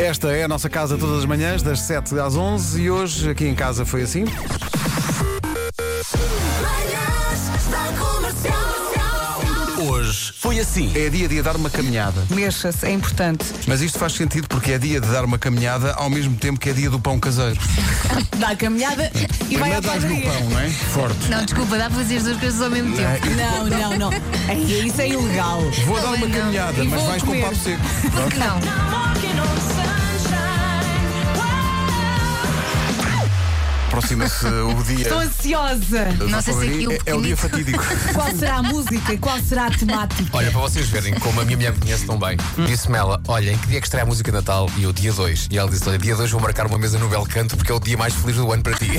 Esta é a nossa casa todas as manhãs, das 7 às 11 e hoje aqui em casa foi assim. Manhãs da Comercial. Hoje foi assim. É dia de dar uma caminhada. Mexa-se, é importante. Mas isto faz sentido porque é dia de dar uma caminhada ao mesmo tempo que é dia do pão caseiro. Dá a caminhada e vai Primeiro à dás no padaria. pão, não é? Forte. Não, desculpa, dá para fazer as duas coisas ao mesmo tempo. Não, não, não. Aí, Isso é ilegal. Vou dar uma Também não. caminhada, E mas vou vais com comer. papo seco. Por que não? Walking on sunshine. Wow. Aproxima-se o dia. Estou ansiosa. da Não sei se padaria. aqui o é, é o dia pequenito. fatídico. Qual será a música? Qual será a temática? Olha, para vocês verem como a minha mulher me conhece tão bem, disse-me ela: Olha, em que dia é que estreia a música de Natal? E eu, dia 2. E ela disse: Olha, dia 2 vou marcar uma mesa no Belcanto porque é o dia mais feliz do ano para ti.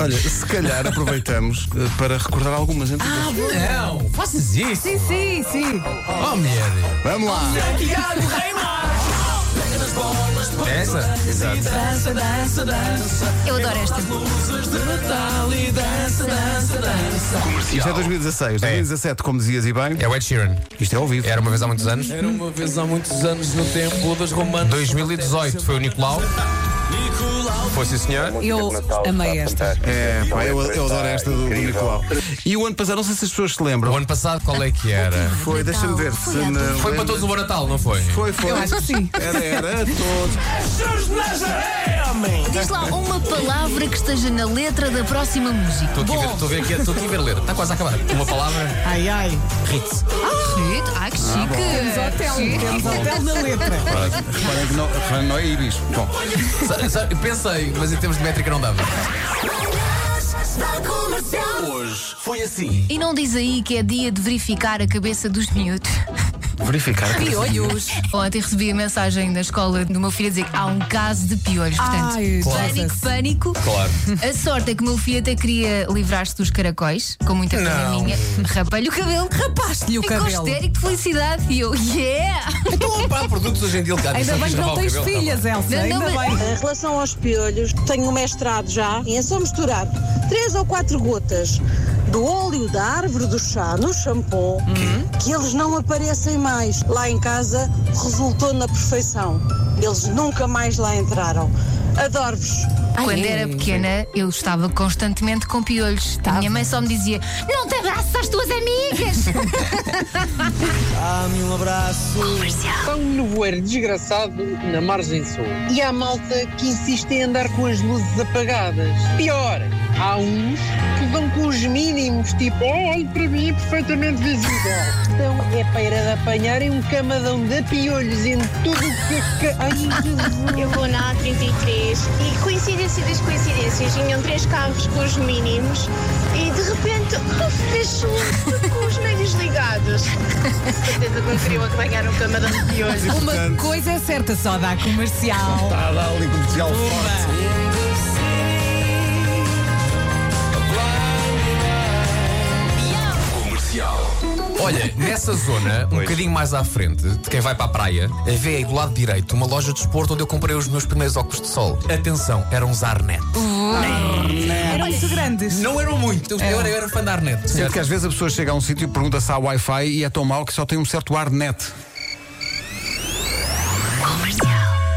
Olha, se calhar aproveitamos eh, para recordar algumas. Entre Ah! Não, faças isso. Sim, sim, sim. Oh, mulher. Vamos lá! É Essa? Exato. Eu adoro esta. Isto é 2016. 2017, como dizias e bem, É o Ed Sheeran. isto é ao vivo. Era uma vez há muitos anos. Era uma vez há muitos anos no tempo das romanas. 2018 foi o Nicolau. Foi sim, senhor. Eu amei esta. É, pá, eu, eu adoro esta do, do Nicolau. E o ano passado, não sei se as pessoas se lembram. O ano passado qual é que era? Foi, deixa-me ver se Foi há não dois- Foi para lembro. todos o Bom Natal, não foi? Foi, foi. Então, Eu acho que sim. Era, era, todos. Então Diz lá uma palavra que esteja na letra da próxima música. Estou aqui a ver- estou a ver aqui- estou aqui a ver a letra. Está quase a acabar. Uma palavra. Ai, ai. Ritz. Shit, ai que Temos chique. hotel, temos hotel na letra. Reparem que não, reparem que não é Ibis. Bom, Sa- sa- Pensei, mas em termos de métrica não dava. Manhãs da Comercial. E não diz aí que é dia de verificar a cabeça dos miúdos. verificar. Piolhos. Ontem recebi a mensagem da escola do meu filho a dizer que há um caso de piolhos. Portanto, Ai, pânico, Jesus. pânico. Claro. A sorte é que o meu filho até queria livrar-se dos caracóis, com muita coisa Não. minha. Rapei-lhe o cabelo. Rapaste-lhe o Ficou cabelo. histérico de felicidade. E eu, yeah! Estou a comprar Então, produtos hoje em dia. Ainda Ainda bem que não tens filhas, Elsa. Não, Ainda não, mas- bem. Em relação aos piolhos, tenho um mestrado já e é só misturar três ou quatro gotas do óleo da árvore do chá no shampoo que eles não aparecem mais. Lá em casa resultou na perfeição. Eles nunca mais lá entraram. Adoro-vos. Quando era pequena, eu estava constantemente com piolhos. Minha mãe só me dizia: Não te abraças às tuas amigas! Está um nevoeiro desgraçado na margem sul. E há malta que insiste em andar com as luzes apagadas. Pior, há uns que vão com os mínimos, tipo, oh, olhe para mim, é perfeitamente visível. Então é para ir a apanharem um camadão de piolhos em tudo o que... é ca- Ai, Jesus. Eu vou na A33 e coincidência das coincidências, vinham três carros com os mínimos e de repente uf, fez-se um tudo com os meios ligados. Com certeza conseguiu apanhar um camadão de hoje. Uma coisa é certa, só dá comercial. Está a dar ali comercial forte. Olha, nessa zona, um bocadinho mais à frente, de quem vai para a praia, vê aí do lado direito uma loja de desporto onde eu comprei os meus primeiros óculos de sol. Atenção, eram os Arnet. Eram muito grandes. Não eram muito. Eu era, eu era fã da Arnet. Sendo que às vezes a pessoa chega a um sítio e pergunta se há Wi-Fi e é tão mau que só tem um certo ar de net.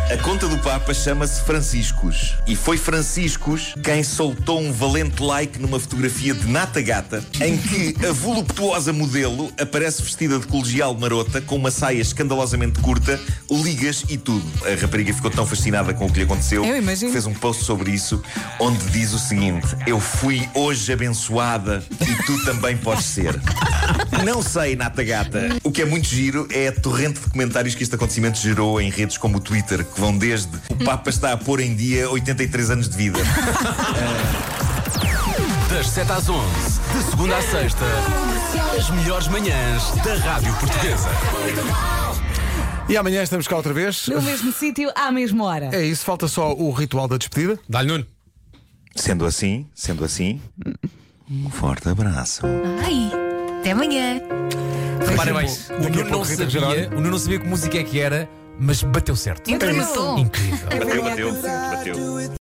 A conta do Papa chama-se Franciscos. E foi Franciscos quem soltou um valente like numa fotografia de Nata Gata, em que a voluptuosa modelo aparece vestida de colegial marota, com uma saia escandalosamente curta, ligas e tudo. A rapariga ficou tão fascinada com o que lhe aconteceu Eu imagino. que fez um post sobre isso, onde diz o seguinte: Eu fui hoje abençoada e tu também podes ser. Não sei, Nata Gata. O que é muito giro é a torrente de comentários que este acontecimento gerou em redes como o Twitter, que vão desde o Papa está a pôr em dia 83 anos de vida. Das 7 às 11, de segunda à sexta, as melhores manhãs da Rádio Portuguesa. E amanhã estamos cá outra vez. No mesmo sítio, à mesma hora. É isso, falta só o ritual da despedida. Dá-lhe, Nuno. Sendo assim, sendo assim, um forte abraço. Ai, até amanhã! Reparem a bem, pouco- o daqui a Nuno pouco não Rita sabia, Geraldo. o Nuno não sabia que música é que era, mas bateu certo. Entra no tom! Incrível. Bateu, bateu, bateu.